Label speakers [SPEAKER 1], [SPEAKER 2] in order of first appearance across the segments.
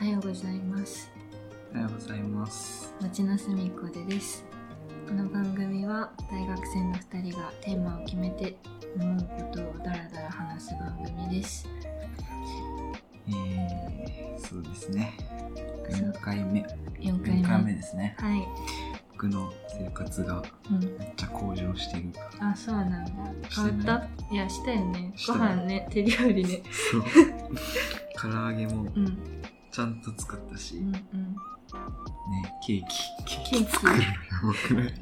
[SPEAKER 1] おはようございます
[SPEAKER 2] おはようございます。
[SPEAKER 1] 町のすみこでですこの番組は大学生の2人がテーマを決めて思うことをダラダラ話す番組です
[SPEAKER 2] えー、そうですね。
[SPEAKER 1] そう
[SPEAKER 2] 4回目。
[SPEAKER 1] 4回目
[SPEAKER 2] 4回目ですね。
[SPEAKER 1] はい、
[SPEAKER 2] 僕の生活が
[SPEAKER 1] うん、
[SPEAKER 2] めっちゃ向上してる。
[SPEAKER 1] あそうなんだ変わっ
[SPEAKER 2] して
[SPEAKER 1] た
[SPEAKER 2] ない
[SPEAKER 1] やしたよね
[SPEAKER 2] し
[SPEAKER 1] ご
[SPEAKER 2] てない
[SPEAKER 1] 飯ね手料理ね
[SPEAKER 2] そう。 唐揚げも
[SPEAKER 1] うん
[SPEAKER 2] ちゃんと作ったし、
[SPEAKER 1] うんう
[SPEAKER 2] ね、
[SPEAKER 1] ん
[SPEAKER 2] ケーキ。
[SPEAKER 1] ケーキ
[SPEAKER 2] 作るのやばく ない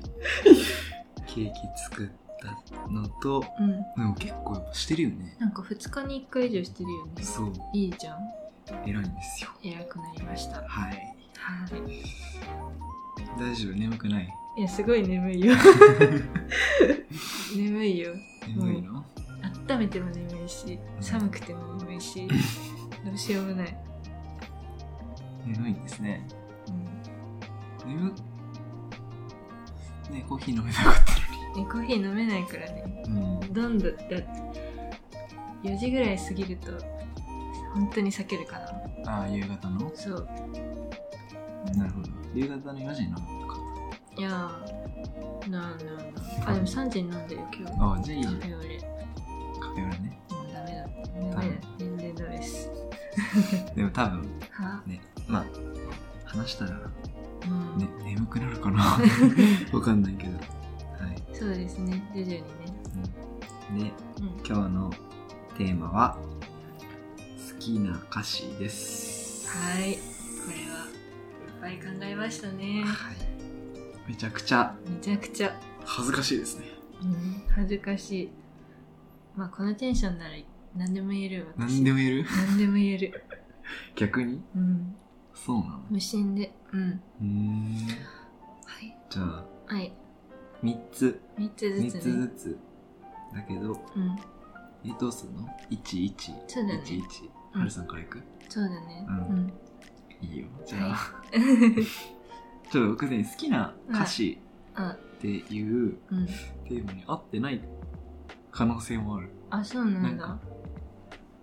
[SPEAKER 2] ケーキ作ったのと、
[SPEAKER 1] うん
[SPEAKER 2] でも結構やっぱしてるよね。
[SPEAKER 1] なんか2日に1回以上してるよね
[SPEAKER 2] そう、
[SPEAKER 1] いいじゃん
[SPEAKER 2] 偉いんですよ。
[SPEAKER 1] 偉くなりましたは
[SPEAKER 2] はい。
[SPEAKER 1] い
[SPEAKER 2] 大丈夫眠くない
[SPEAKER 1] いやすごい眠 いよ眠いよ
[SPEAKER 2] 眠いの、
[SPEAKER 1] 温めても眠いし寒くても眠い しどうしようもない、
[SPEAKER 2] 眠いんですね。眠ねコーヒー飲めなかっ
[SPEAKER 1] ねコーヒー飲めないからね
[SPEAKER 2] たのに、
[SPEAKER 1] どんどんだって4時ぐらい過ぎると本当に避けるかな
[SPEAKER 2] ああ夕方の
[SPEAKER 1] そう
[SPEAKER 2] なるほど夕方の4時に飲むのか
[SPEAKER 1] いやーなあなあなああでも3時に飲んでる今日
[SPEAKER 2] ああじゃあいいじゃん
[SPEAKER 1] カフェオレ
[SPEAKER 2] カフェオレね
[SPEAKER 1] もうダメだダメだ全然ダメです
[SPEAKER 2] でも多分
[SPEAKER 1] は
[SPEAKER 2] ねまあ話したら、ね、
[SPEAKER 1] うん、
[SPEAKER 2] 眠くなるかな わかんないけどはい、
[SPEAKER 1] そうですね徐々にね
[SPEAKER 2] うんで
[SPEAKER 1] うん
[SPEAKER 2] 今日のテーマは好きな歌詞です
[SPEAKER 1] はいこれはいっぱい考えましたね
[SPEAKER 2] はいめちゃくちゃ
[SPEAKER 1] めちゃくちゃ
[SPEAKER 2] 恥ずかしいですね
[SPEAKER 1] うん恥ずかしいまあこのテンションなら何でも言える私
[SPEAKER 2] 何でも言える
[SPEAKER 1] 何でも言える
[SPEAKER 2] 逆に
[SPEAKER 1] うん
[SPEAKER 2] そうなの
[SPEAKER 1] 無心でうん
[SPEAKER 2] うーん
[SPEAKER 1] はい
[SPEAKER 2] じゃあ
[SPEAKER 1] はい
[SPEAKER 2] 3つ
[SPEAKER 1] 3つず
[SPEAKER 2] 三つ
[SPEAKER 1] つね
[SPEAKER 2] ずつだけど
[SPEAKER 1] うん
[SPEAKER 2] えどうするの一一
[SPEAKER 1] そうだね
[SPEAKER 2] 一一はるさんからいく、
[SPEAKER 1] そうだね
[SPEAKER 2] うん
[SPEAKER 1] うん
[SPEAKER 2] いいよじゃあ、
[SPEAKER 1] は
[SPEAKER 2] ちょっと僕ね好きな歌詞
[SPEAKER 1] あ
[SPEAKER 2] っていう
[SPEAKER 1] うん
[SPEAKER 2] テーマに合ってない可能性もある、
[SPEAKER 1] あそうなんだ
[SPEAKER 2] なんか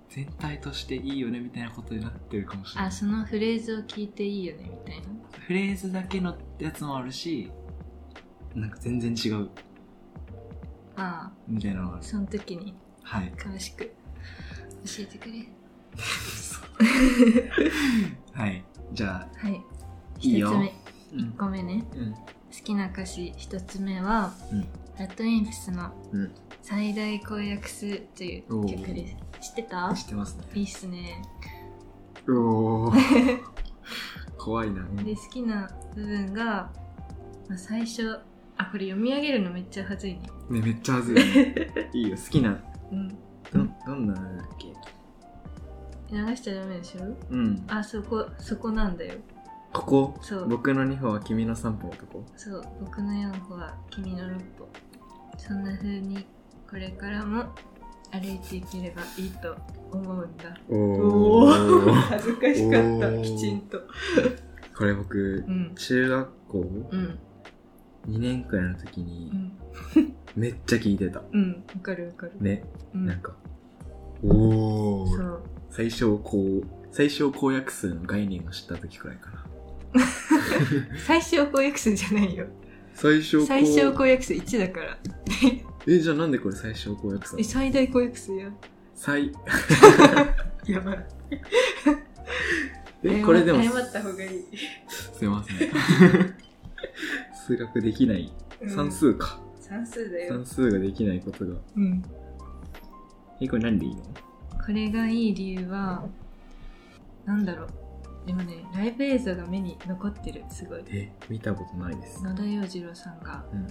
[SPEAKER 2] 全体としていいよねみたいなことになってるかもしれな
[SPEAKER 1] あ
[SPEAKER 2] い
[SPEAKER 1] そのフレーズを聞いていいよねみたいな
[SPEAKER 2] フレーズだけのやつもあるしなんか全然違う
[SPEAKER 1] あ
[SPEAKER 2] みたいなのがあ
[SPEAKER 1] あ
[SPEAKER 2] る
[SPEAKER 1] その時に
[SPEAKER 2] はい
[SPEAKER 1] 詳しく教えてくれ
[SPEAKER 2] はいじゃあ
[SPEAKER 1] はい
[SPEAKER 2] い
[SPEAKER 1] 1
[SPEAKER 2] いよ
[SPEAKER 1] つ目
[SPEAKER 2] うん
[SPEAKER 1] ごめんね
[SPEAKER 2] うん
[SPEAKER 1] 好きな歌詞1つ目は、
[SPEAKER 2] うん
[SPEAKER 1] ラッドインフスの
[SPEAKER 2] うん
[SPEAKER 1] 「最大公約数」という曲です、知ってた
[SPEAKER 2] 知ってますね
[SPEAKER 1] いいっす ね
[SPEAKER 2] うお怖いな
[SPEAKER 1] で好きな部分が、まあ、最初あこれ読み上げるのめっちゃは ずいね
[SPEAKER 2] ねめっちゃはずい、ね、 いいよ好きな
[SPEAKER 1] うん
[SPEAKER 2] どどんなだっけ
[SPEAKER 1] 流しちゃダメでしょ
[SPEAKER 2] うん
[SPEAKER 1] あそこそこなんだよ
[SPEAKER 2] ここ
[SPEAKER 1] そう
[SPEAKER 2] 僕の2歩は君の3歩のとこ
[SPEAKER 1] そう僕の4歩は君の6歩そんな風にこれからも歩いていければいいと思うんだ
[SPEAKER 2] お
[SPEAKER 1] おお 恥ずかしかった
[SPEAKER 2] おー
[SPEAKER 1] きちんと
[SPEAKER 2] これ僕
[SPEAKER 1] うん
[SPEAKER 2] 中学校
[SPEAKER 1] うん
[SPEAKER 2] 2年くらいの時
[SPEAKER 1] う
[SPEAKER 2] に
[SPEAKER 1] ん
[SPEAKER 2] めっちゃ聞いてた
[SPEAKER 1] うんわかるわかる
[SPEAKER 2] ね
[SPEAKER 1] う
[SPEAKER 2] なん
[SPEAKER 1] ん
[SPEAKER 2] かおお
[SPEAKER 1] そう
[SPEAKER 2] 最小こう最小公約数の概念を知った時くらいかな
[SPEAKER 1] 最小公約数じゃないよ
[SPEAKER 2] 最小
[SPEAKER 1] 最小公約数1だから
[SPEAKER 2] えじゃあなんでこれ最小公約数な
[SPEAKER 1] え
[SPEAKER 2] の
[SPEAKER 1] 最大公約数や
[SPEAKER 2] 最
[SPEAKER 1] やばい
[SPEAKER 2] えこれでも
[SPEAKER 1] 謝った方がいい、
[SPEAKER 2] すいま せん。数学できない。
[SPEAKER 1] うん
[SPEAKER 2] 算数か。
[SPEAKER 1] 算数だよ
[SPEAKER 2] 算、数ができないことが。
[SPEAKER 1] うん、こ
[SPEAKER 2] え、これ何でいいの
[SPEAKER 1] れがいい理由はなんだろうでもねライブ映像が目に残ってるすごい
[SPEAKER 2] え、見たことないです。
[SPEAKER 1] 野田洋次郎さんが
[SPEAKER 2] うん。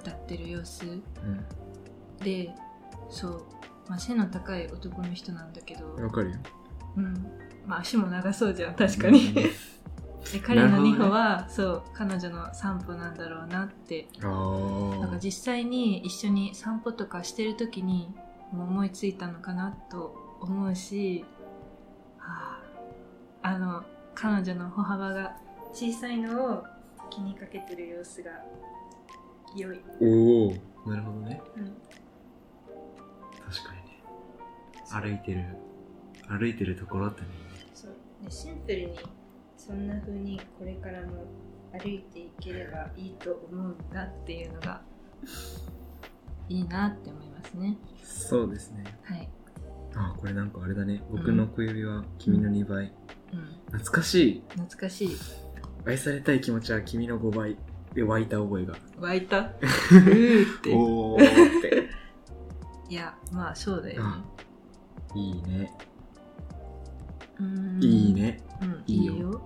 [SPEAKER 1] 歌ってる様子
[SPEAKER 2] う
[SPEAKER 1] でそう、まあ、背の高い男の人なんだけど、
[SPEAKER 2] ん。わかるよ。
[SPEAKER 1] うんまあ足も長そうじゃん確かにで彼の2歩は、そう彼女の3歩なんだろうなって
[SPEAKER 2] あ
[SPEAKER 1] なんか
[SPEAKER 2] ー。
[SPEAKER 1] 実際に一緒に散歩とかしてる時にもう思いついたのかなと思うし、はあ、あの彼女の歩幅が小さいのを気にかけてる様子が良い、
[SPEAKER 2] おお。なるほどね。
[SPEAKER 1] うん、
[SPEAKER 2] 確かにね。歩いてる、歩いてるところってね。
[SPEAKER 1] そう
[SPEAKER 3] ねシンプルにそんな風にこれからも歩いていければいいと思う
[SPEAKER 1] なっていうのがいいなって思いますね
[SPEAKER 2] そうですね
[SPEAKER 1] はい、
[SPEAKER 2] あこれなんかあれだね僕の小指は君の2倍、
[SPEAKER 1] うん、
[SPEAKER 2] 懐かしい
[SPEAKER 1] 懐かしい
[SPEAKER 2] 愛されたい気持ちは君の5倍で湧いた覚えが
[SPEAKER 1] 湧いたうーって
[SPEAKER 2] おーって
[SPEAKER 1] いやまあそうだよね
[SPEAKER 2] いいね
[SPEAKER 1] うーん
[SPEAKER 2] いいね
[SPEAKER 1] うん
[SPEAKER 2] い
[SPEAKER 1] い
[SPEAKER 2] い
[SPEAKER 1] い
[SPEAKER 2] よ
[SPEAKER 1] よ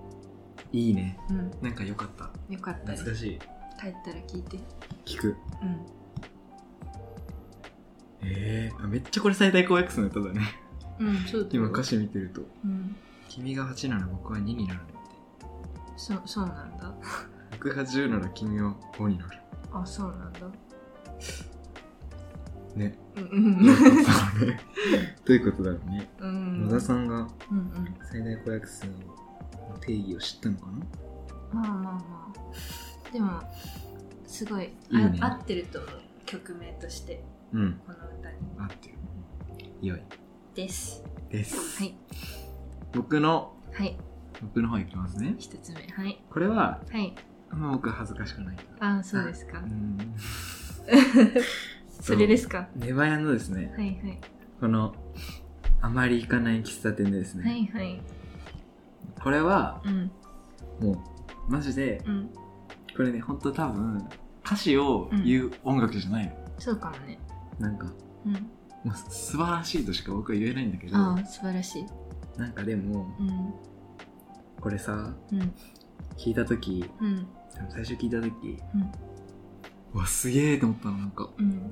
[SPEAKER 2] いいね
[SPEAKER 1] うん
[SPEAKER 2] なんかよかった
[SPEAKER 1] よかったです
[SPEAKER 2] 懐かしい
[SPEAKER 1] 帰ったら聞いて
[SPEAKER 2] 聞く
[SPEAKER 1] うん
[SPEAKER 2] えー、あめっちゃこれ最大公約数の歌だね
[SPEAKER 1] うん、そうだよ
[SPEAKER 2] 今歌詞見てると
[SPEAKER 1] うん、
[SPEAKER 2] 「君が8なら僕は2になる」って
[SPEAKER 1] そそうなんだ
[SPEAKER 2] 「僕が10なら君は5になる
[SPEAKER 1] あそうなんだ」
[SPEAKER 2] ね
[SPEAKER 1] うん
[SPEAKER 2] どういう
[SPEAKER 1] う
[SPEAKER 2] ことだろうねどういうことだろうね
[SPEAKER 1] ん
[SPEAKER 2] 野田さんが
[SPEAKER 1] うんうん
[SPEAKER 2] 最大公約数の定義を知ったのかな
[SPEAKER 1] まあまあまあでもすごい
[SPEAKER 2] いいね
[SPEAKER 1] あ合ってると思う曲名として
[SPEAKER 2] うん
[SPEAKER 1] この歌に
[SPEAKER 2] 合ってる良い
[SPEAKER 1] です
[SPEAKER 2] です
[SPEAKER 1] はい
[SPEAKER 2] 僕の
[SPEAKER 1] はい
[SPEAKER 2] 僕の方いきますね
[SPEAKER 1] 一つ目はい
[SPEAKER 2] これは
[SPEAKER 1] はい
[SPEAKER 2] あんま僕恥ずかしくないから
[SPEAKER 1] あそうですか
[SPEAKER 2] うん
[SPEAKER 1] それですか
[SPEAKER 2] ネバヤンのですね
[SPEAKER 1] はいはい
[SPEAKER 2] このあまり行かない喫茶店でですね、
[SPEAKER 1] はいはい
[SPEAKER 2] これは
[SPEAKER 1] うん
[SPEAKER 2] もうマジで
[SPEAKER 1] うん
[SPEAKER 2] これねほんと多分歌詞を言う音楽じゃないの、
[SPEAKER 1] そうかもね
[SPEAKER 2] なんか
[SPEAKER 1] うん
[SPEAKER 2] もう素晴らしいとしか僕は言えないんだけど
[SPEAKER 1] ああ素晴らしい
[SPEAKER 2] なんかでも
[SPEAKER 1] うん
[SPEAKER 2] これさ
[SPEAKER 1] うん
[SPEAKER 2] 聞いた時
[SPEAKER 1] うん
[SPEAKER 2] 最初聞いた時、
[SPEAKER 1] うん
[SPEAKER 2] うわすげえと思ったのなんか
[SPEAKER 1] うん
[SPEAKER 2] で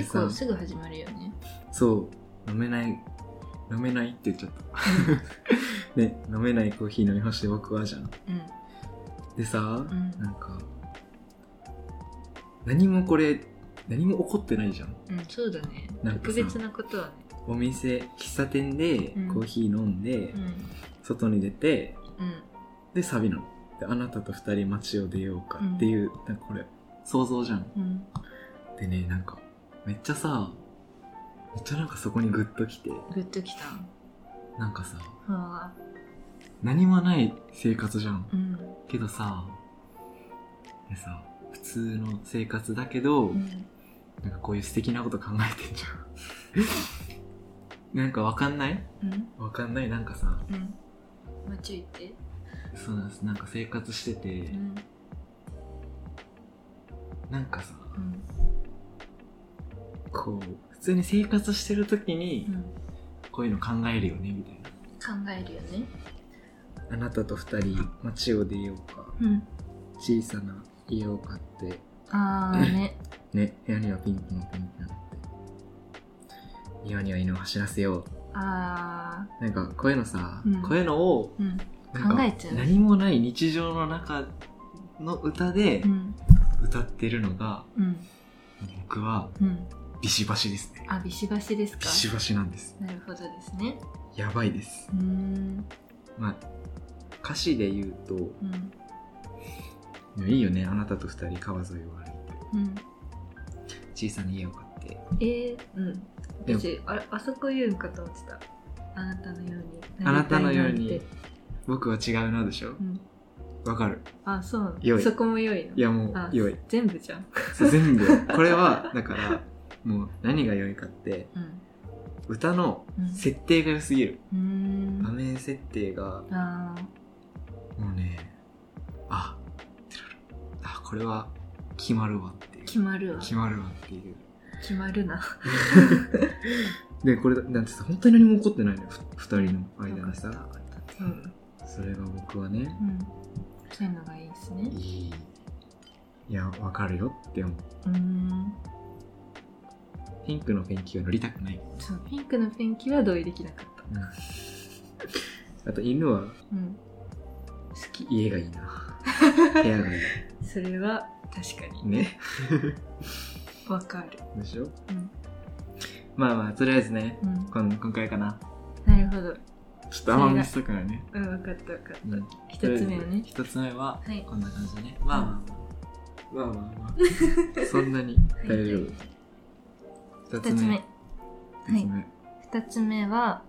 [SPEAKER 1] 結構
[SPEAKER 2] さ
[SPEAKER 1] すぐ始まるよね
[SPEAKER 2] そう飲めない飲めないって言っちゃった ね飲めないコーヒー飲み干して僕はじゃん
[SPEAKER 1] うん
[SPEAKER 2] でさ、
[SPEAKER 1] うん
[SPEAKER 2] なんか何もこれ何も起こってないじゃん
[SPEAKER 1] うん、そうだね
[SPEAKER 2] なんか
[SPEAKER 1] 特
[SPEAKER 2] さ
[SPEAKER 1] 別なことはね
[SPEAKER 2] お店喫茶店で
[SPEAKER 1] うん
[SPEAKER 2] コーヒー飲んで、
[SPEAKER 1] うん
[SPEAKER 2] 外に出て
[SPEAKER 1] うん
[SPEAKER 2] でサビなのであなたと二人街を出ようかっていう、なんかこれ想像じゃん
[SPEAKER 1] うん
[SPEAKER 2] でねなんかめっちゃさめっちゃなんかそこにグッときて
[SPEAKER 1] グッときた
[SPEAKER 2] なんかさ
[SPEAKER 1] はあ
[SPEAKER 2] 何もない生活じゃん
[SPEAKER 1] うん
[SPEAKER 2] けどさでさ普通の生活だけど、
[SPEAKER 1] うん
[SPEAKER 2] なんかこういう素敵なこと考えてんじゃんなんかわかんない
[SPEAKER 1] うん
[SPEAKER 2] わかんないなんかさ
[SPEAKER 1] うんもうちょい言って
[SPEAKER 2] そうなんですなんか生活してて、
[SPEAKER 1] うん
[SPEAKER 2] なんかさ
[SPEAKER 1] うん
[SPEAKER 2] こう普通に生活してる時
[SPEAKER 1] う
[SPEAKER 2] に
[SPEAKER 1] ん
[SPEAKER 2] こういうの考えるよねみたいな
[SPEAKER 1] 考えるよね
[SPEAKER 2] あなたと二人街を出ようか
[SPEAKER 1] うん
[SPEAKER 2] 小さな家を買って
[SPEAKER 1] ああね
[SPEAKER 2] ね部屋にはピンクのピンクなって庭には犬を走らせよ
[SPEAKER 1] ああ
[SPEAKER 2] うなんかこういうのさ、
[SPEAKER 1] うん
[SPEAKER 2] こういうのを
[SPEAKER 1] うん
[SPEAKER 2] なんか
[SPEAKER 1] 考えちゃう
[SPEAKER 2] 何もない日常の中の歌で
[SPEAKER 1] うん
[SPEAKER 2] 歌ってるのが、
[SPEAKER 1] うん
[SPEAKER 2] 僕は
[SPEAKER 1] うん
[SPEAKER 2] ビシバシですね
[SPEAKER 1] あビシバシです
[SPEAKER 2] ビ
[SPEAKER 1] か
[SPEAKER 2] シバシなんです
[SPEAKER 1] なるほどですね
[SPEAKER 2] やばいです
[SPEAKER 1] うーん
[SPEAKER 2] まあ歌詞で言うと
[SPEAKER 1] うん
[SPEAKER 2] でもいいよねあなたと二人川沿いを歩いて
[SPEAKER 1] うん
[SPEAKER 2] 小さな家を買って
[SPEAKER 1] えー、うん
[SPEAKER 2] でも
[SPEAKER 1] 私ああそこ言うんかと思ってたあなたのように
[SPEAKER 2] あなたのよう
[SPEAKER 1] なり
[SPEAKER 2] に
[SPEAKER 1] たいなんて
[SPEAKER 2] 僕は違うのでしょ
[SPEAKER 1] うん
[SPEAKER 2] わかる
[SPEAKER 1] あそうな
[SPEAKER 2] 良い
[SPEAKER 1] のそこも良いの
[SPEAKER 2] いやも
[SPEAKER 1] あ
[SPEAKER 2] う良い
[SPEAKER 1] 全部じゃん
[SPEAKER 2] そう全部これはだからもう何が良いかって
[SPEAKER 1] うん
[SPEAKER 2] 歌の
[SPEAKER 1] うん
[SPEAKER 2] 設定が良すぎる
[SPEAKER 1] うー
[SPEAKER 2] 場
[SPEAKER 1] ん
[SPEAKER 2] 面設定が
[SPEAKER 1] あー
[SPEAKER 2] もうねああこれは決まるわっていう
[SPEAKER 1] 決まるわ
[SPEAKER 2] 決まるわっていう
[SPEAKER 1] 決まるな
[SPEAKER 2] でこれなんてさ本当に何も起こってないのよふ二人の間にさ
[SPEAKER 1] うん、
[SPEAKER 2] それが僕はね
[SPEAKER 1] うん、そういうのがいいですね
[SPEAKER 2] いいいやわかるよって思う
[SPEAKER 1] うーん
[SPEAKER 2] ピンクのペンキは塗りたくない、
[SPEAKER 1] そうピンクのペンキは同意できなかった
[SPEAKER 2] あと犬は
[SPEAKER 1] うん
[SPEAKER 2] 好き家がい いな部屋がい
[SPEAKER 1] それは確か
[SPEAKER 2] い
[SPEAKER 1] に
[SPEAKER 2] ね
[SPEAKER 1] わかる
[SPEAKER 2] でしょ
[SPEAKER 1] うん、
[SPEAKER 2] まあまあとりあえずね
[SPEAKER 1] うん、
[SPEAKER 2] こん今回かな
[SPEAKER 1] なるほど
[SPEAKER 2] ちょっとあんま見せたくないね
[SPEAKER 1] うん分かった分かった
[SPEAKER 2] うん
[SPEAKER 1] 一つ目はね
[SPEAKER 2] 一つ目は
[SPEAKER 1] はい
[SPEAKER 2] こんな感じでねまあまあまあまあまあま あそんなに大丈夫二
[SPEAKER 1] 二つ目
[SPEAKER 2] 二つ目
[SPEAKER 1] 2つ目は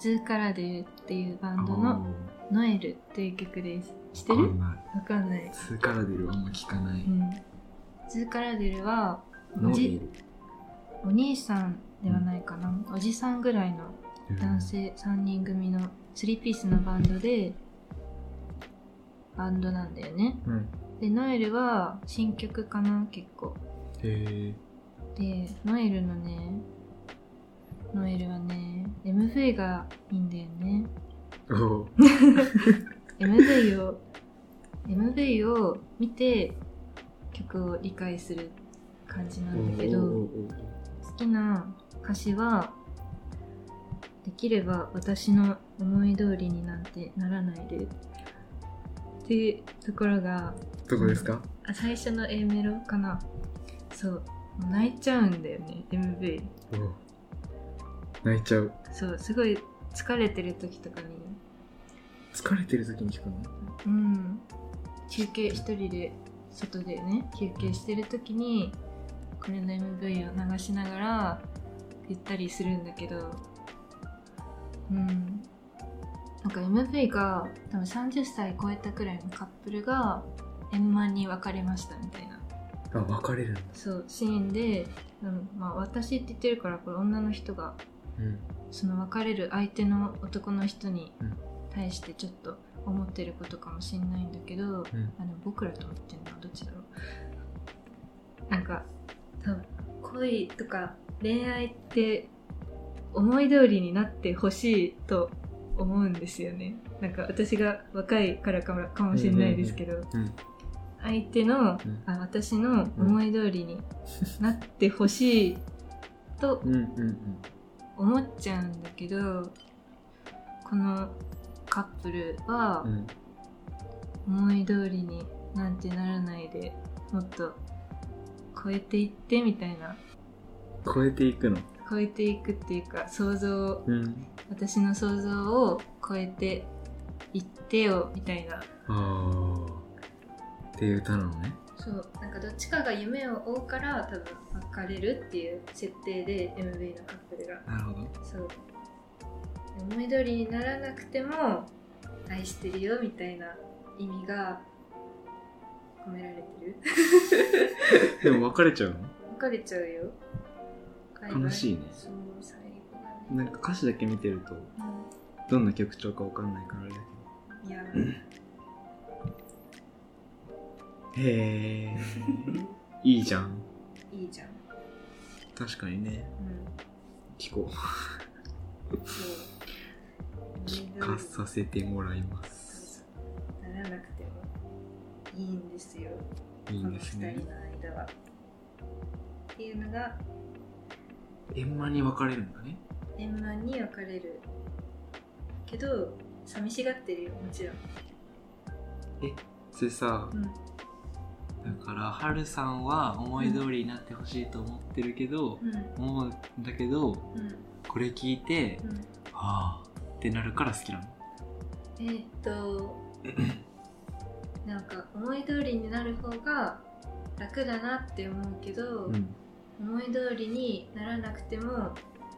[SPEAKER 1] ズーカラデーっていうバンドの
[SPEAKER 2] あ
[SPEAKER 1] ノエルっていう曲です。知って
[SPEAKER 2] ー
[SPEAKER 1] る
[SPEAKER 2] わかんない
[SPEAKER 1] わかんない。
[SPEAKER 2] ツーカラデルはあんま聞かない
[SPEAKER 1] うん。ズーカラデルは、お
[SPEAKER 2] ノエ
[SPEAKER 1] じ
[SPEAKER 2] ル、
[SPEAKER 1] お兄さんではないかな。おじさんぐらいの
[SPEAKER 2] うん
[SPEAKER 1] 男性3人組の3ピースのバンドで、バンドなんだよね。
[SPEAKER 2] うん
[SPEAKER 1] で、ノエルは新曲かな、結構。
[SPEAKER 2] へえ
[SPEAKER 1] で、ノエルのね、ノエルはね、MV がいいんだよね。
[SPEAKER 2] お
[SPEAKER 1] MV を MV を見て曲を理解する感じなんだけど好きな歌詞は「できれば私の思い通りになんてならないで」っていうところが
[SPEAKER 2] どこですか
[SPEAKER 1] あ最初の A メロかなそうもう泣いちゃうんだよね MV
[SPEAKER 2] お泣いちゃう
[SPEAKER 1] そうすごい疲れてる時とかに
[SPEAKER 2] 疲れてる時に聞くの
[SPEAKER 1] うん、休憩一人で外でね休憩してる時にこれの MV を流しながらゆったりするんだけどうんなんか MV が多分30歳超えたくらいのカップルが円満に別れましたみたいな
[SPEAKER 2] あ別れるんだ
[SPEAKER 1] そうシーンで、うんまあ、私って言ってるからこれ女の人が
[SPEAKER 2] うん
[SPEAKER 1] その別れる相手の男の人に
[SPEAKER 2] うん
[SPEAKER 1] 対してちょっと思ってることかもしれないんだけど、
[SPEAKER 2] うん
[SPEAKER 1] あの僕らと思ってんのはどっちだろうなんか多分恋とか恋愛って思い通りになってほしいと思うんですよねなんか私が若いからかもかもしれないですけど、
[SPEAKER 2] うん
[SPEAKER 1] 相手の、
[SPEAKER 2] うん
[SPEAKER 1] あ私の思い通りになってほしいと
[SPEAKER 2] うんうんうん
[SPEAKER 1] 思っちゃうんだけどこのカップルは
[SPEAKER 2] うん
[SPEAKER 1] 思い通りになんてならないでもっと超えていってみたいな
[SPEAKER 2] 超えていくの
[SPEAKER 1] 超えていくっていうか想像を
[SPEAKER 2] うん
[SPEAKER 1] 私の想像を超えていってよみたいな
[SPEAKER 2] ああっていう歌なのね
[SPEAKER 1] そうなんかどっちかが夢を追うから多分別れるっていう設定で MV のカップルが
[SPEAKER 2] なるほど
[SPEAKER 1] そう思い通りにならなくても愛してるよみたいな意味が込められてる
[SPEAKER 2] でも別れちゃうの
[SPEAKER 1] 別れちゃうよ
[SPEAKER 2] 悲しいね
[SPEAKER 1] そう最後だね
[SPEAKER 2] なんか歌詞だけ見てるとどんな曲調かわかんないからあれだ
[SPEAKER 1] うんいや
[SPEAKER 2] けどへえいいじゃん
[SPEAKER 3] いいじゃん。
[SPEAKER 2] 確かにね
[SPEAKER 3] う。
[SPEAKER 2] 聞こうん
[SPEAKER 3] そう。
[SPEAKER 2] 聞かさせてもらいます
[SPEAKER 3] ならなくてもいいんですよ。
[SPEAKER 2] いいんですね
[SPEAKER 3] この二人の間は。っていうのが
[SPEAKER 2] 円満に分かれるんだね
[SPEAKER 3] 円満に別れる。けど、寂しがってるよ、もちろん。
[SPEAKER 2] それさ、
[SPEAKER 3] うん
[SPEAKER 2] だからはるさんは思い通りになってほしいと思ってるけど、
[SPEAKER 3] うん。
[SPEAKER 2] 思うんだけ
[SPEAKER 3] う
[SPEAKER 2] ど
[SPEAKER 3] ん。
[SPEAKER 2] これ聞いて、
[SPEAKER 3] うん。
[SPEAKER 2] ああってなるから好きなの
[SPEAKER 3] えーっとなんか思い通りになる方が楽だなって思うけど、
[SPEAKER 2] ん
[SPEAKER 3] 思い通りにならなくても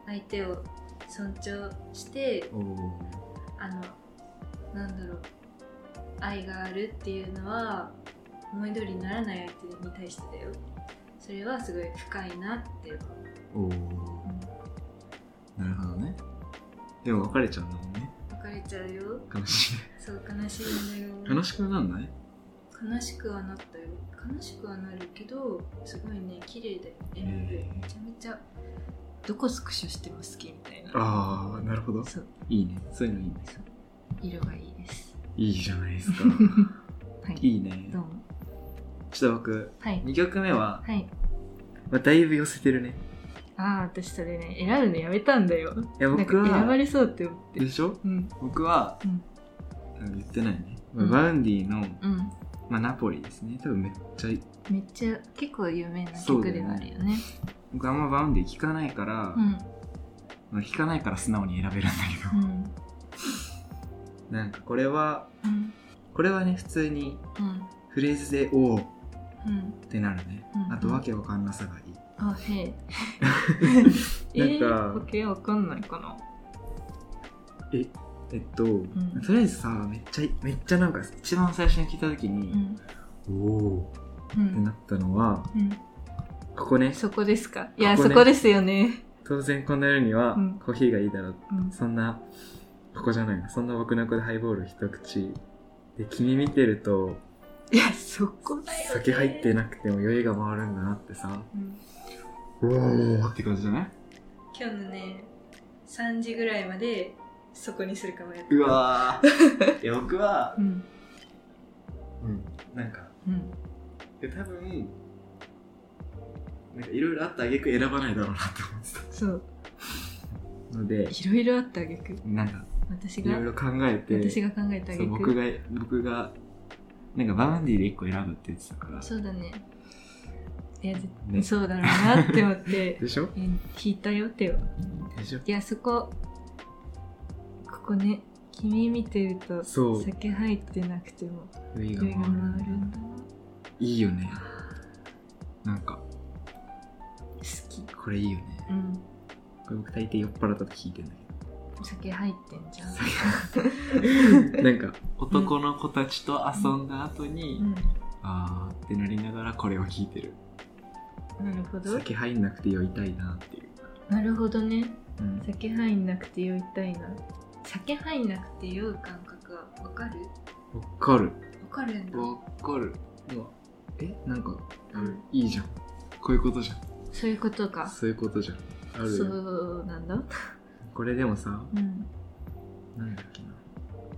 [SPEAKER 3] 相手を尊重して
[SPEAKER 2] おお
[SPEAKER 3] あのなんだろう愛があるっていうのは思い通りにならない相手に対してだよそれはすごい深いなって思う
[SPEAKER 2] おおなるほどねでも別れちゃうんだもんね
[SPEAKER 3] 別れちゃうよ
[SPEAKER 2] 悲しいね
[SPEAKER 3] そう悲しいんだよ
[SPEAKER 2] 悲しくなんない
[SPEAKER 3] 悲しくはなったよ悲しくはなるけどすごいね綺麗だよ MV めちゃめちゃ
[SPEAKER 1] どこスクショしても好きみたいな
[SPEAKER 2] ああなるほど
[SPEAKER 1] そう
[SPEAKER 2] いいねそういうのいいね
[SPEAKER 1] 色がいい です
[SPEAKER 2] いいじゃないですか
[SPEAKER 1] はい
[SPEAKER 2] いいね
[SPEAKER 1] どうも
[SPEAKER 2] ちょっと僕
[SPEAKER 1] はい
[SPEAKER 2] 2曲目は、
[SPEAKER 1] はい
[SPEAKER 2] まあ、だいぶ寄せてるね
[SPEAKER 1] ああ私それね選ぶのやめたんだよ
[SPEAKER 2] いや
[SPEAKER 1] なんか
[SPEAKER 2] 僕
[SPEAKER 1] 選ば
[SPEAKER 2] は
[SPEAKER 1] れそうって思って
[SPEAKER 2] でしょ
[SPEAKER 1] うん
[SPEAKER 2] 僕は、
[SPEAKER 1] うん
[SPEAKER 2] なんか言ってないね、まあ
[SPEAKER 1] うん
[SPEAKER 2] バウンディの、
[SPEAKER 1] うん
[SPEAKER 2] まあ、ナポリですね多分めっちゃい
[SPEAKER 1] めっちゃ結構有名な
[SPEAKER 2] そうだ
[SPEAKER 1] 曲で
[SPEAKER 2] よね
[SPEAKER 1] はあるよね
[SPEAKER 2] 僕あんまバウンディ聞かないから、
[SPEAKER 1] うん
[SPEAKER 2] まあ聞かないから素直に選べるんだけ
[SPEAKER 1] う
[SPEAKER 2] ど、
[SPEAKER 1] ん
[SPEAKER 2] なんかこれは
[SPEAKER 1] うん
[SPEAKER 2] これはね普通に
[SPEAKER 1] うん
[SPEAKER 2] フレーズで「おお」っ
[SPEAKER 1] うん
[SPEAKER 2] てなるね、
[SPEAKER 1] うん
[SPEAKER 2] あとわけわかんなさがいい
[SPEAKER 1] あ、へえ。
[SPEAKER 2] なんか
[SPEAKER 1] えー、わけわかんないかな。
[SPEAKER 2] えっと、
[SPEAKER 1] ん
[SPEAKER 2] とりあえずさめっちゃめっちゃなんか一番最初に聞いた時
[SPEAKER 1] う
[SPEAKER 2] に、
[SPEAKER 1] ん
[SPEAKER 2] おお
[SPEAKER 1] う
[SPEAKER 2] って
[SPEAKER 1] ん
[SPEAKER 2] なったのは
[SPEAKER 1] うん
[SPEAKER 2] ここね
[SPEAKER 1] そこですかいや
[SPEAKER 2] ここね
[SPEAKER 1] そこですよね
[SPEAKER 2] 当然こんな夜には
[SPEAKER 1] うん
[SPEAKER 2] コーヒーがいいだろう、
[SPEAKER 1] うん
[SPEAKER 2] そんなここじゃないなそんな僕の子でハイボール一口で君見てると
[SPEAKER 1] いやそこだよね
[SPEAKER 2] 酒入ってなくても酔いが回るんだなってさ
[SPEAKER 1] うん
[SPEAKER 2] おおって感じじゃない
[SPEAKER 3] 今日のね3時ぐらいまでそこにするかもや
[SPEAKER 2] うわーいや僕は
[SPEAKER 1] う、ん
[SPEAKER 2] うん、なんか
[SPEAKER 1] うん
[SPEAKER 2] で多分なんかいろいろあった挙句選ばないだろうなって思って
[SPEAKER 1] そう
[SPEAKER 2] たので
[SPEAKER 1] いろいろあったあげく
[SPEAKER 2] なんか
[SPEAKER 1] 私
[SPEAKER 2] いろい
[SPEAKER 1] が
[SPEAKER 2] ろ考えて
[SPEAKER 1] 私が考えたあ
[SPEAKER 2] そ
[SPEAKER 1] げ
[SPEAKER 2] う僕
[SPEAKER 1] く
[SPEAKER 2] が僕がなんかバウンディで1個選ぶって言ってたから
[SPEAKER 1] そうだねいや絶
[SPEAKER 2] ね
[SPEAKER 1] そうだろうなって思って
[SPEAKER 2] でしょ
[SPEAKER 1] え弾いたよ手を
[SPEAKER 2] でしょ
[SPEAKER 1] いやそこここね君見てると
[SPEAKER 2] そう
[SPEAKER 1] 酒入ってなくても
[SPEAKER 2] 酔いが
[SPEAKER 1] 酔
[SPEAKER 2] 回
[SPEAKER 1] い
[SPEAKER 2] る
[SPEAKER 1] が回るんだない
[SPEAKER 2] いよねなんか
[SPEAKER 1] 好き
[SPEAKER 2] これいいよね
[SPEAKER 1] うん
[SPEAKER 2] これ僕大抵酔っ払ったと聞いてんだ
[SPEAKER 1] 酒入ってんじゃん
[SPEAKER 2] けど なんか男の子たちと遊んだ後に、あーってなりながらこれを聞いてる
[SPEAKER 1] うんなるほど
[SPEAKER 2] 酒入んなくて酔いたいなっていう、
[SPEAKER 1] なるほどね
[SPEAKER 2] うん
[SPEAKER 1] 酒入んなくて酔いたいな
[SPEAKER 3] 酒入んなくて酔う感覚はわかる
[SPEAKER 2] わかる
[SPEAKER 3] わかるんだ
[SPEAKER 2] わかるうわえなんか、
[SPEAKER 3] うん
[SPEAKER 2] いいじゃんこういうことじゃ
[SPEAKER 1] そういうこと
[SPEAKER 2] ん
[SPEAKER 1] か
[SPEAKER 2] そういうことじゃんある
[SPEAKER 1] そ
[SPEAKER 2] よ
[SPEAKER 1] うなんだ
[SPEAKER 2] これでもさ
[SPEAKER 1] うん
[SPEAKER 2] なんだっけな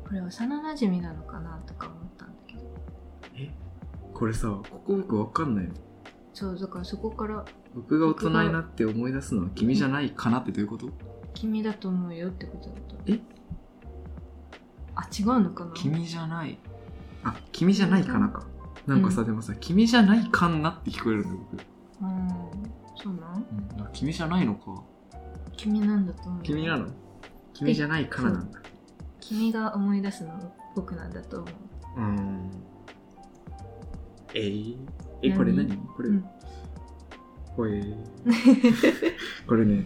[SPEAKER 1] これ幼なじみなのかなとか思ったんだけど
[SPEAKER 2] えこれさここ僕わかんないの
[SPEAKER 1] そうだからそこから
[SPEAKER 2] 僕が大人になって思い出すのは君じゃないかなってどういうこと
[SPEAKER 1] 君だと思うよってことだと
[SPEAKER 2] え
[SPEAKER 1] あ違うのかな
[SPEAKER 2] 君じゃないあ君じゃないかなかなんかさ、でもさ君じゃないかなって聞こえるのよ
[SPEAKER 1] うんそうなん
[SPEAKER 2] 僕、うんあ君じゃないのか
[SPEAKER 1] 君なんだと思う
[SPEAKER 2] 君なの君じゃないかななんだ
[SPEAKER 1] 君が思い出すの僕なんだと思う
[SPEAKER 2] うーんえー、えこれ何これ、
[SPEAKER 1] うん
[SPEAKER 2] ほ えーこれね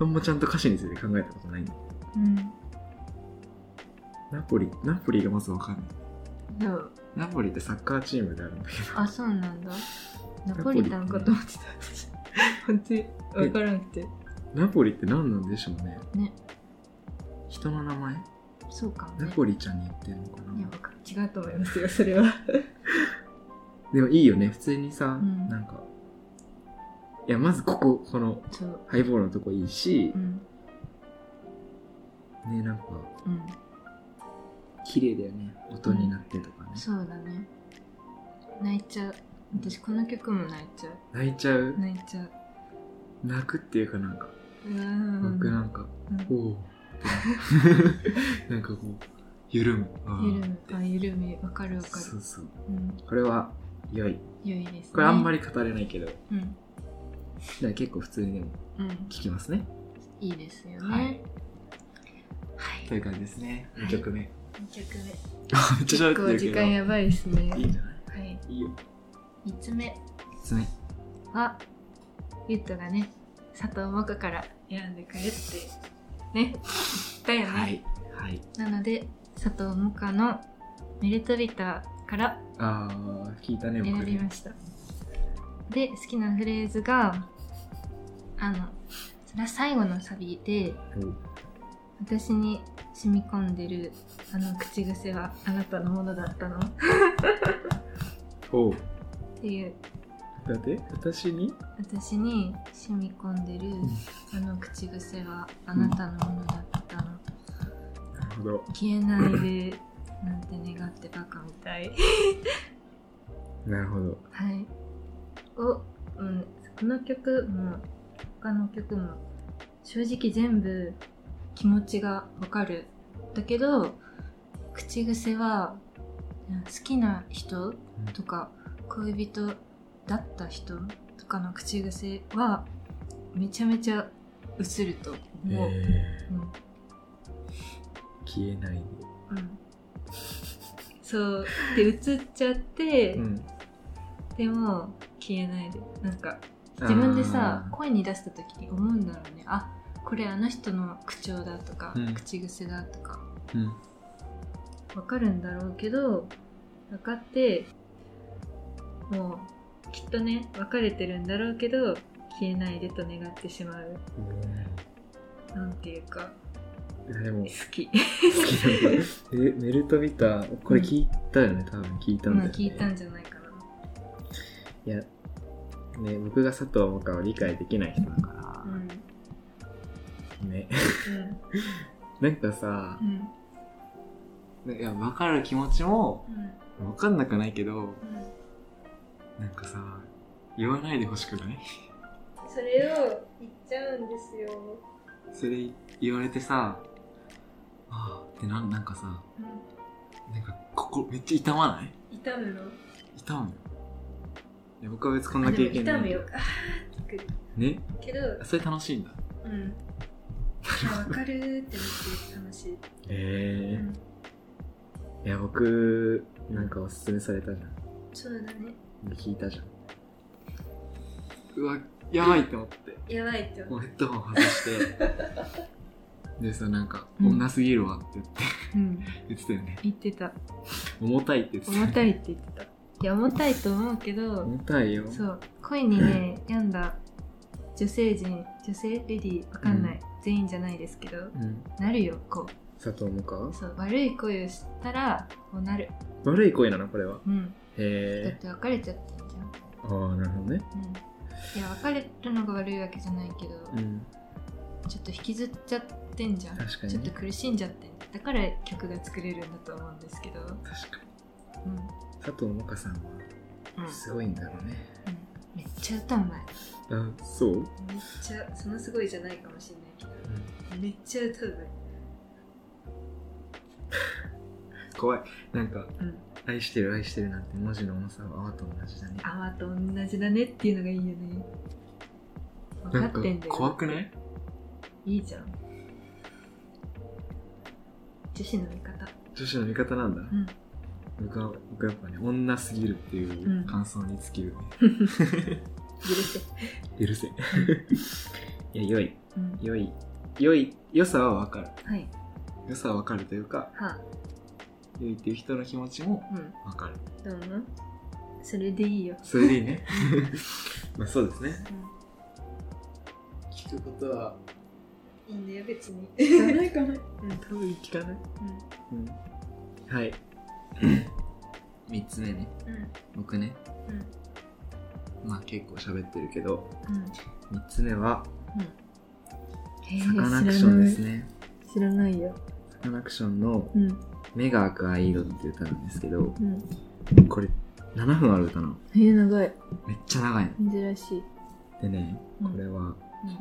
[SPEAKER 2] あんまちゃんと歌詞について考えたことないんだ
[SPEAKER 1] うん
[SPEAKER 2] ナポリナポリがまずわかんな
[SPEAKER 1] そ
[SPEAKER 2] い
[SPEAKER 1] う
[SPEAKER 2] ナポリってサッカーチームであるんだけ
[SPEAKER 1] あそうなんだナポリタンかと思ってた私 本当に分からなくて
[SPEAKER 2] どナポリって何なんでしょうね
[SPEAKER 1] ね
[SPEAKER 2] 人の名前
[SPEAKER 1] そうかもね
[SPEAKER 2] ナポリちゃんに言ってるのか
[SPEAKER 1] いや
[SPEAKER 2] な
[SPEAKER 1] わかん違うと思いますよそれは
[SPEAKER 2] でもいいよね普通にさ、
[SPEAKER 1] うん
[SPEAKER 2] なんかいやまずこここの
[SPEAKER 1] そう
[SPEAKER 2] ハイボールのとこいいし
[SPEAKER 1] う、ん
[SPEAKER 2] ねなんか
[SPEAKER 1] うん
[SPEAKER 2] 綺麗だよね音になってとかね、
[SPEAKER 1] そうだね泣いちゃう私この曲も泣いちゃ
[SPEAKER 2] 泣いちゃう
[SPEAKER 1] う泣いちゃう
[SPEAKER 2] 泣くっていうかなんか、
[SPEAKER 1] うーん
[SPEAKER 2] 僕なんか、
[SPEAKER 1] うん
[SPEAKER 2] おお ってなんかこう緩むあー
[SPEAKER 1] 緩むあ緩みわかるわかる
[SPEAKER 2] そうそう
[SPEAKER 1] うん
[SPEAKER 2] これは良い
[SPEAKER 1] 良いですね
[SPEAKER 2] これあんまり語れないけど、
[SPEAKER 1] うん
[SPEAKER 2] だから結構普通にでも
[SPEAKER 1] うん
[SPEAKER 2] 聞きますね、
[SPEAKER 1] いいですよ
[SPEAKER 2] は
[SPEAKER 1] ね
[SPEAKER 2] い
[SPEAKER 1] はい
[SPEAKER 2] という感じですね
[SPEAKER 1] はい
[SPEAKER 2] 2曲目、
[SPEAKER 3] 2曲目
[SPEAKER 2] めっちゃ
[SPEAKER 1] 結
[SPEAKER 2] 喋って
[SPEAKER 1] 構
[SPEAKER 2] る
[SPEAKER 1] 時
[SPEAKER 2] けど
[SPEAKER 1] 間やばいですね
[SPEAKER 2] いいんじゃない
[SPEAKER 1] はい
[SPEAKER 2] いいよ
[SPEAKER 1] 3つ目
[SPEAKER 2] 3つ目
[SPEAKER 1] はゆっとがね佐藤萌歌から選んでくれってねだよね、
[SPEAKER 2] はいはい
[SPEAKER 1] なので佐藤萌歌の「メルトリター」から
[SPEAKER 2] あー聞いたね僕
[SPEAKER 1] 選
[SPEAKER 2] ね
[SPEAKER 1] びましたで好きなフレーズがあのそれは最後のサビで私に染み込んでるあの口癖はあなたのものだったのっ
[SPEAKER 2] おお
[SPEAKER 1] ていう
[SPEAKER 2] だって私に
[SPEAKER 1] 私に染み込んでるあの口癖はあなたのものだったの、
[SPEAKER 2] なるほど
[SPEAKER 1] 消えないでなんて願ってバカみたい
[SPEAKER 2] なるほど
[SPEAKER 1] はいを、うん、この曲も他の曲も正直全部気持ちがわかるだけど口癖はうん好きな人とか恋人だった人とかの口癖はめちゃめちゃ映ると思う、
[SPEAKER 2] え
[SPEAKER 1] うん
[SPEAKER 2] ー消えないで
[SPEAKER 1] うんそうで映っちゃって、
[SPEAKER 2] ん
[SPEAKER 1] でも消えないでなんか自分でさ
[SPEAKER 2] あ
[SPEAKER 1] 声に出した時に思うんだろうねあこれあの人の口調だとか、
[SPEAKER 4] うん
[SPEAKER 1] 口癖だとか
[SPEAKER 4] うん
[SPEAKER 1] わかるんだろうけど分かってもうきっとね別れてるんだろうけど消えないでと願ってしまうなんていうか
[SPEAKER 2] いやでも
[SPEAKER 1] 好き
[SPEAKER 2] 好きなんだえメルトビターこれ聞いたよね、多分聞いたん
[SPEAKER 1] ま
[SPEAKER 2] だ
[SPEAKER 1] あ
[SPEAKER 2] よね
[SPEAKER 1] 聞いたんじゃないかない
[SPEAKER 2] やね僕が佐藤萌歌を理解できない人だか
[SPEAKER 1] うんうん
[SPEAKER 2] らねなんかさ
[SPEAKER 1] うん
[SPEAKER 4] いや、わかる気持ちも、
[SPEAKER 1] うん
[SPEAKER 4] わかんなくないけど、
[SPEAKER 1] うん
[SPEAKER 4] なんかさ、言わないでほしくない
[SPEAKER 5] それを言っちゃうんですよ
[SPEAKER 4] それ言われてさ、ああってな、なんかさ、なんか、ここめっちゃ痛まない
[SPEAKER 5] 痛むの
[SPEAKER 4] 痛むよ。いや、僕は別にこんな
[SPEAKER 5] あで
[SPEAKER 4] 経
[SPEAKER 5] も
[SPEAKER 4] 験
[SPEAKER 5] 痛
[SPEAKER 4] ない
[SPEAKER 5] む
[SPEAKER 4] け
[SPEAKER 5] よ
[SPEAKER 4] ど。
[SPEAKER 5] あーってくる
[SPEAKER 4] ね
[SPEAKER 5] けど
[SPEAKER 4] それ楽しいんだ。
[SPEAKER 5] うんあ分かるーって思って楽しい
[SPEAKER 2] えー、いや僕なんかおすすめされたじゃん
[SPEAKER 5] そうだね
[SPEAKER 2] で聞いたじゃん
[SPEAKER 4] うわ、やばいって思って。
[SPEAKER 5] やばいって
[SPEAKER 4] も
[SPEAKER 5] 思
[SPEAKER 4] う
[SPEAKER 5] う
[SPEAKER 4] ヘッドホン外 して。でさ、なんか、
[SPEAKER 1] うん
[SPEAKER 4] 女すぎるわって言って
[SPEAKER 1] うん
[SPEAKER 4] 言ってたよね。
[SPEAKER 1] 言ってた
[SPEAKER 4] 重たいって言ってたよ
[SPEAKER 1] 重
[SPEAKER 4] ね。
[SPEAKER 1] たいって言ってたいや重たいと思うけど
[SPEAKER 2] 重たいよ
[SPEAKER 1] そう恋にね病んだ女性陣女性レディーわかんない、全員じゃないですけど
[SPEAKER 2] うん、
[SPEAKER 1] なるよこ
[SPEAKER 2] 佐藤萌
[SPEAKER 1] う
[SPEAKER 2] 歌
[SPEAKER 1] そう悪い恋をしたらこうなる
[SPEAKER 2] 悪い恋なのこれは
[SPEAKER 1] うんだっ
[SPEAKER 2] へえ
[SPEAKER 1] て別れちゃったんじゃん
[SPEAKER 2] ああなるほどね
[SPEAKER 1] うんいや別れるのが悪いわけじゃないけど、
[SPEAKER 2] うん
[SPEAKER 1] ちょっと引きずっちゃってんじゃん
[SPEAKER 2] 確か
[SPEAKER 1] ち
[SPEAKER 2] に
[SPEAKER 1] ょっと
[SPEAKER 2] ね
[SPEAKER 1] 苦しんじゃってんだから曲が作れるんだと思うんですけど、うん
[SPEAKER 2] 確かに
[SPEAKER 1] うん
[SPEAKER 2] 佐藤萌歌さんはすごいんだろうね、
[SPEAKER 1] うんめっちゃ歌うまい
[SPEAKER 2] あそう
[SPEAKER 5] めっちゃそのすごいじゃないかもしれないけどめっちゃ歌う
[SPEAKER 2] 怖いなんか、
[SPEAKER 1] うん
[SPEAKER 2] 愛してる愛してるなんて文字の重さは泡と同じだね
[SPEAKER 1] 泡と同じだねっていうのがいいよね
[SPEAKER 4] な
[SPEAKER 1] 分か
[SPEAKER 4] んか
[SPEAKER 1] ってんだよ
[SPEAKER 4] 怖くない
[SPEAKER 1] いいじゃん女子の味方
[SPEAKER 2] 女子の味方なんだ、
[SPEAKER 1] ん
[SPEAKER 2] 僕は僕はやっぱね女すぎるっていう感想に尽きるね、
[SPEAKER 1] 許せ
[SPEAKER 2] 許せいや良い
[SPEAKER 1] うん
[SPEAKER 2] 良い良い良さは分かる
[SPEAKER 1] はい
[SPEAKER 2] 良さは分かるというか
[SPEAKER 1] は
[SPEAKER 2] 良いっていう人の気持ちも
[SPEAKER 1] あうん
[SPEAKER 2] 分かる
[SPEAKER 1] どうもそれでいいよ
[SPEAKER 2] それでいいね まあそうですね
[SPEAKER 1] う
[SPEAKER 2] 聞くことは
[SPEAKER 5] いいんだよ別に
[SPEAKER 2] 聞かないかな多分聞かない、うん はい3つ目ね
[SPEAKER 5] うんうん
[SPEAKER 2] 僕ね、まあ結構喋ってるけど3つ目は
[SPEAKER 1] ん
[SPEAKER 2] サカナクションです
[SPEAKER 1] ね
[SPEAKER 2] ね
[SPEAKER 1] 知らないよ
[SPEAKER 2] サカナクションの
[SPEAKER 1] うん
[SPEAKER 2] 「目が開くアイドル」っていう歌なんですけど
[SPEAKER 1] うん
[SPEAKER 2] これ7分ある歌なの
[SPEAKER 1] えー、長い
[SPEAKER 2] めっちゃ長いの
[SPEAKER 1] 珍しい
[SPEAKER 2] でね
[SPEAKER 1] うん
[SPEAKER 2] これは
[SPEAKER 1] うん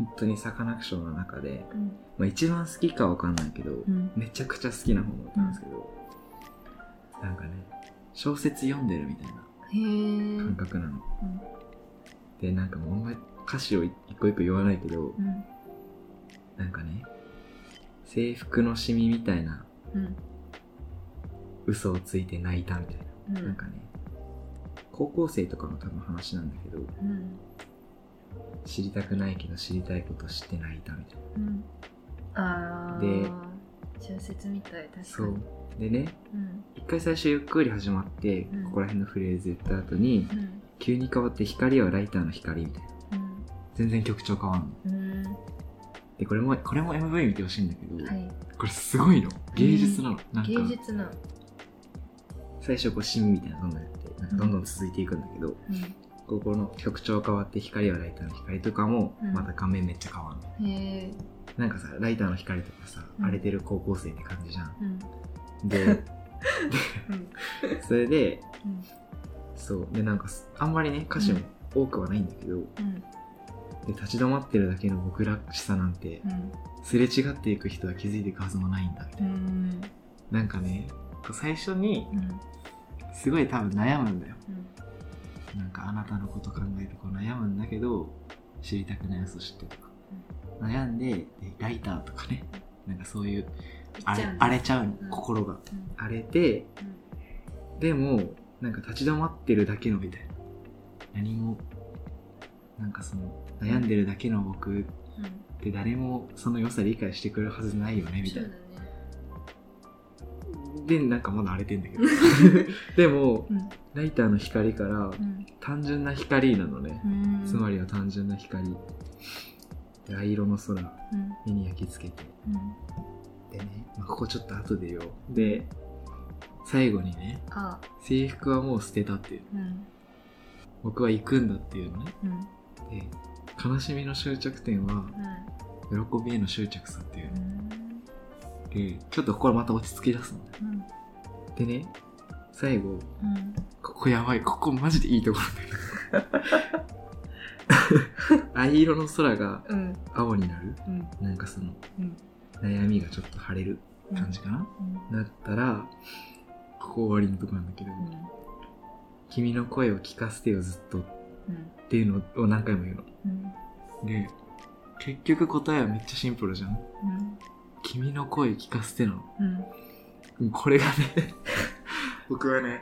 [SPEAKER 2] 本当にサカナクションの中で、
[SPEAKER 1] うん
[SPEAKER 2] まあ、一番好きかわかんないけど、
[SPEAKER 1] うん
[SPEAKER 2] めちゃくちゃ好きな方の歌なんですけど、なんかね小説読んでるみたいな
[SPEAKER 1] へえ
[SPEAKER 2] 感覚なの、でなんかもうあんまり歌詞を一個一個言わないけど、
[SPEAKER 1] うん
[SPEAKER 2] なんかね、制服のシミみたいな
[SPEAKER 1] うん
[SPEAKER 2] 嘘をついて泣いたみたいな。
[SPEAKER 1] うん
[SPEAKER 2] なんかね、高校生とかの多分話なんだけど、
[SPEAKER 1] うん
[SPEAKER 2] 知りたくないけど知りたいこと知って泣いたみたいな。
[SPEAKER 1] うんああ
[SPEAKER 2] で
[SPEAKER 1] 小説みたい確かに
[SPEAKER 2] そう。でね、
[SPEAKER 1] うん
[SPEAKER 2] 一回最初ゆっくり始まって、
[SPEAKER 1] うん
[SPEAKER 2] ここら辺のフレーズ言った後に
[SPEAKER 1] う、ん
[SPEAKER 2] 急に変わって光はライターの光みたいな。
[SPEAKER 1] うん
[SPEAKER 2] 全然曲調変わんの。
[SPEAKER 1] うん
[SPEAKER 2] で、これも、これも MV 見てほしいんだけど、
[SPEAKER 1] はい
[SPEAKER 4] これすごいの。芸術なの。なんか、
[SPEAKER 1] 芸術なの
[SPEAKER 2] 最初こうシミみたいなのどんどんやって、なんかどんどん続いていくんだけど、ここの曲調変わって光はライターの光とかも
[SPEAKER 1] うん
[SPEAKER 2] また画面めっちゃ変わる、
[SPEAKER 1] うんへえ
[SPEAKER 2] なんかさライターの光とかさ、
[SPEAKER 1] うん
[SPEAKER 2] 荒れてる高校生って感じじゃん
[SPEAKER 1] うん
[SPEAKER 2] で
[SPEAKER 1] うん
[SPEAKER 2] それで、
[SPEAKER 1] うん
[SPEAKER 2] そうでなんかすあんまりね歌詞も多くはないんだけど、
[SPEAKER 1] うん
[SPEAKER 2] で立ち止まってるだけの僕らしさなんて
[SPEAKER 1] うん
[SPEAKER 2] すれ違っていく人は気づいていくはずもないんだみた
[SPEAKER 1] う
[SPEAKER 2] いな、
[SPEAKER 1] ん
[SPEAKER 4] なんかね、こう最初に
[SPEAKER 1] うん
[SPEAKER 4] すごい多分悩むんだよ。
[SPEAKER 1] うん
[SPEAKER 4] なんかあなたのこと考えてこう悩むんだけど、知りたくない嘘知ってとか。悩んで、でライターとかね。なんかそういう、
[SPEAKER 5] 行っ
[SPEAKER 4] あ
[SPEAKER 5] ち
[SPEAKER 4] れ
[SPEAKER 5] ゃうんだ
[SPEAKER 4] 荒れちゃうの、
[SPEAKER 5] うん
[SPEAKER 4] 心が。
[SPEAKER 2] 荒れて、でもなんか立ち止まってるだけのみたいな何もなんかその悩んでるだけの僕
[SPEAKER 3] うん
[SPEAKER 2] で誰もその良さ理解してくれるはずないよねみた
[SPEAKER 3] そ
[SPEAKER 2] いうな
[SPEAKER 3] だね
[SPEAKER 2] でなんかまだ荒れてん だけどでも、
[SPEAKER 1] うん
[SPEAKER 2] ライターの光から
[SPEAKER 1] うん
[SPEAKER 2] 単純な光なのね、
[SPEAKER 1] うん
[SPEAKER 2] つまりは単純な光で藍色の空
[SPEAKER 1] うん
[SPEAKER 2] 目に焼き付けて
[SPEAKER 1] うん
[SPEAKER 2] でね、まあ、ここちょっと後でよで最後にね
[SPEAKER 1] あ
[SPEAKER 2] 制服はもう捨てたっていう
[SPEAKER 1] うん
[SPEAKER 2] 僕は行くんだっていうのね
[SPEAKER 1] うん
[SPEAKER 2] で悲しみの終着点は喜びへの執着さっていう
[SPEAKER 1] う
[SPEAKER 2] ね
[SPEAKER 1] ん
[SPEAKER 2] でちょっとここれまた落ち着き出すのね
[SPEAKER 1] うん
[SPEAKER 2] でね最後
[SPEAKER 1] うん
[SPEAKER 2] ここやばいここマジでいいところだよ藍色の空が
[SPEAKER 1] うん
[SPEAKER 2] 青になる
[SPEAKER 1] うん
[SPEAKER 2] なんかその
[SPEAKER 1] うん
[SPEAKER 2] 悩みがちょっと晴れる感じかな、だったらここ終わりのとこなんだけど、君の声を聞かせてよずっとっていうのを何回も言うので結局答えはめっちゃシンプルじゃん君の声聞かせてなのこれがね 僕はね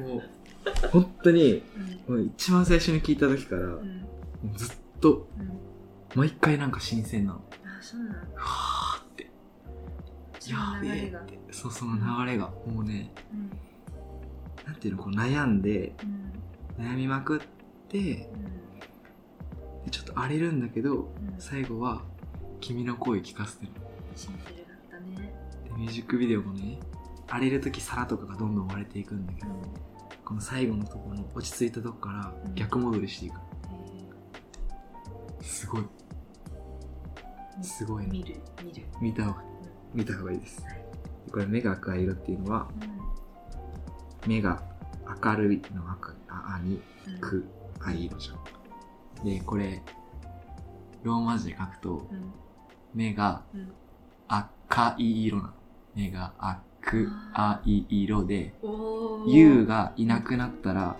[SPEAKER 2] もう本当にもう一番最初に聞いた時からもうずっと毎回なんか新鮮なの
[SPEAKER 3] あそうなの
[SPEAKER 2] うわーって
[SPEAKER 3] そ
[SPEAKER 2] や
[SPEAKER 3] の
[SPEAKER 2] べ
[SPEAKER 3] 流
[SPEAKER 2] え
[SPEAKER 3] れ
[SPEAKER 2] っ
[SPEAKER 3] が
[SPEAKER 2] てそうその流れがもうね
[SPEAKER 3] うん
[SPEAKER 2] なんていうのこう悩んで
[SPEAKER 3] うん
[SPEAKER 2] 悩みまくってで
[SPEAKER 3] うん
[SPEAKER 2] ちょっと荒れるんだけど
[SPEAKER 3] うん
[SPEAKER 2] 最後は君の声聞かせてる
[SPEAKER 3] シンプルだったね
[SPEAKER 2] でミュージックビデオもね荒れる時皿とかがどんどん割れていくんだけ
[SPEAKER 3] う
[SPEAKER 2] ど
[SPEAKER 3] ん
[SPEAKER 2] この最後のところの落ち着いたとこから
[SPEAKER 3] うん
[SPEAKER 2] 逆戻りしていく
[SPEAKER 3] え
[SPEAKER 2] すごいすごい
[SPEAKER 3] ー
[SPEAKER 2] ね
[SPEAKER 3] 見る見る
[SPEAKER 2] 見た方が見た方がいいですこれ目が赤い色っていうのは目が明るいの赤ああに
[SPEAKER 3] うん
[SPEAKER 2] く藍色じゃんでこれローマ字で書くと
[SPEAKER 3] うん
[SPEAKER 2] 目が
[SPEAKER 3] うん
[SPEAKER 2] 赤い色なの目が赤い色で
[SPEAKER 3] おー
[SPEAKER 2] U がいなくなったら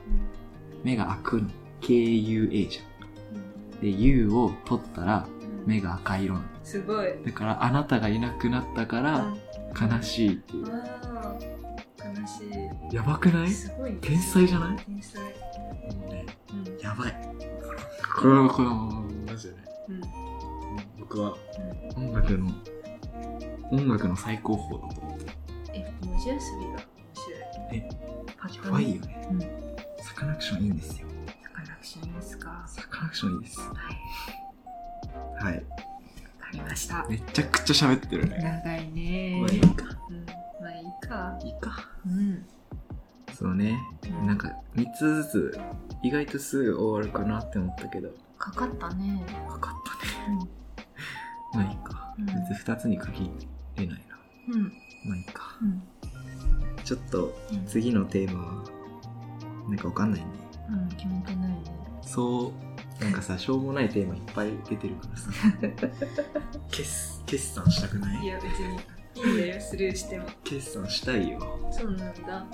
[SPEAKER 3] うん
[SPEAKER 2] 目が開くの KUA じゃ
[SPEAKER 3] うん
[SPEAKER 2] んで U を取ったら
[SPEAKER 3] うん
[SPEAKER 2] 目が赤い色なの
[SPEAKER 3] すごい
[SPEAKER 2] だからあなたがいなくなったから悲しいっていう
[SPEAKER 3] わあ悲し
[SPEAKER 2] やばくないい
[SPEAKER 3] すごいね
[SPEAKER 2] 天才じゃない
[SPEAKER 3] 天才
[SPEAKER 2] もうね
[SPEAKER 3] うん
[SPEAKER 2] やばいこれはこれはマジでね
[SPEAKER 3] うん
[SPEAKER 2] 僕は音楽の音楽の最高峰だと思って
[SPEAKER 3] え文字遊びが面白い
[SPEAKER 2] え
[SPEAKER 3] パッ
[SPEAKER 2] や
[SPEAKER 3] と
[SPEAKER 2] ば
[SPEAKER 3] 見
[SPEAKER 2] いよね
[SPEAKER 1] うん
[SPEAKER 2] サカナクションいいんですよ
[SPEAKER 1] だから一緒ですかわ
[SPEAKER 2] サカナクションいいですはい
[SPEAKER 1] かりました
[SPEAKER 2] めちゃくちゃ喋ってるね
[SPEAKER 1] 長いね
[SPEAKER 2] まあいいか
[SPEAKER 1] うんまあいいか
[SPEAKER 2] いいか
[SPEAKER 1] うん
[SPEAKER 2] そうね
[SPEAKER 1] うん
[SPEAKER 2] なんか3つずつ意外とすぐ終わるかなって思ったけど
[SPEAKER 1] かかったね
[SPEAKER 2] かかったね、まあいいか、
[SPEAKER 1] うん
[SPEAKER 2] 別に2つに限れないな
[SPEAKER 1] うん
[SPEAKER 2] まあいいか
[SPEAKER 1] うん
[SPEAKER 2] ちょっと
[SPEAKER 1] うん
[SPEAKER 2] 次のテーマはなんかわかんないね
[SPEAKER 1] うん決めてないね
[SPEAKER 2] そうなんかさしょうもないテーマいっぱい出てるから さ決決算したくないい
[SPEAKER 3] や別にいいんだよスルーしても
[SPEAKER 2] 決算したいよ
[SPEAKER 3] そうなんだ
[SPEAKER 2] だ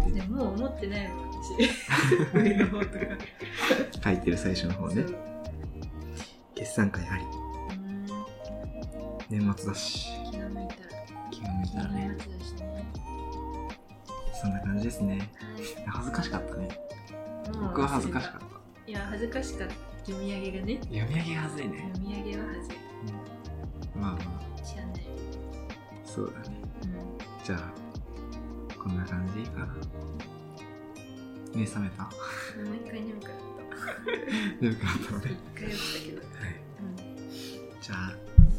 [SPEAKER 2] って
[SPEAKER 3] でもう思ってないもん私上の方とか
[SPEAKER 2] 書いてる最初の方ね
[SPEAKER 3] そう
[SPEAKER 2] 決算会あり
[SPEAKER 3] うん
[SPEAKER 2] 年末だし
[SPEAKER 3] 気が向いたら
[SPEAKER 2] 気が向いたらね
[SPEAKER 3] 年末だしね
[SPEAKER 2] そんな感じですね
[SPEAKER 3] はい
[SPEAKER 2] 恥ずかしかったね
[SPEAKER 3] もう
[SPEAKER 2] 僕は恥ずかしかっ
[SPEAKER 3] 忘れ
[SPEAKER 2] た
[SPEAKER 3] たいや恥ずかしかった読み上げがね
[SPEAKER 2] 読み上げが恥ずいね
[SPEAKER 3] 読み上げは恥ずい
[SPEAKER 2] まあま
[SPEAKER 3] 知らない
[SPEAKER 2] あそうだね
[SPEAKER 3] うん
[SPEAKER 2] じゃあこんな感じかな目覚めた
[SPEAKER 3] もう一回眠くなった
[SPEAKER 2] よかったね
[SPEAKER 3] 一回起きたけど
[SPEAKER 2] はい
[SPEAKER 3] うん
[SPEAKER 2] じゃあ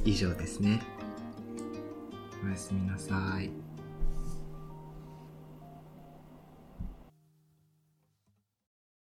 [SPEAKER 2] 以上ですねおやすみなさい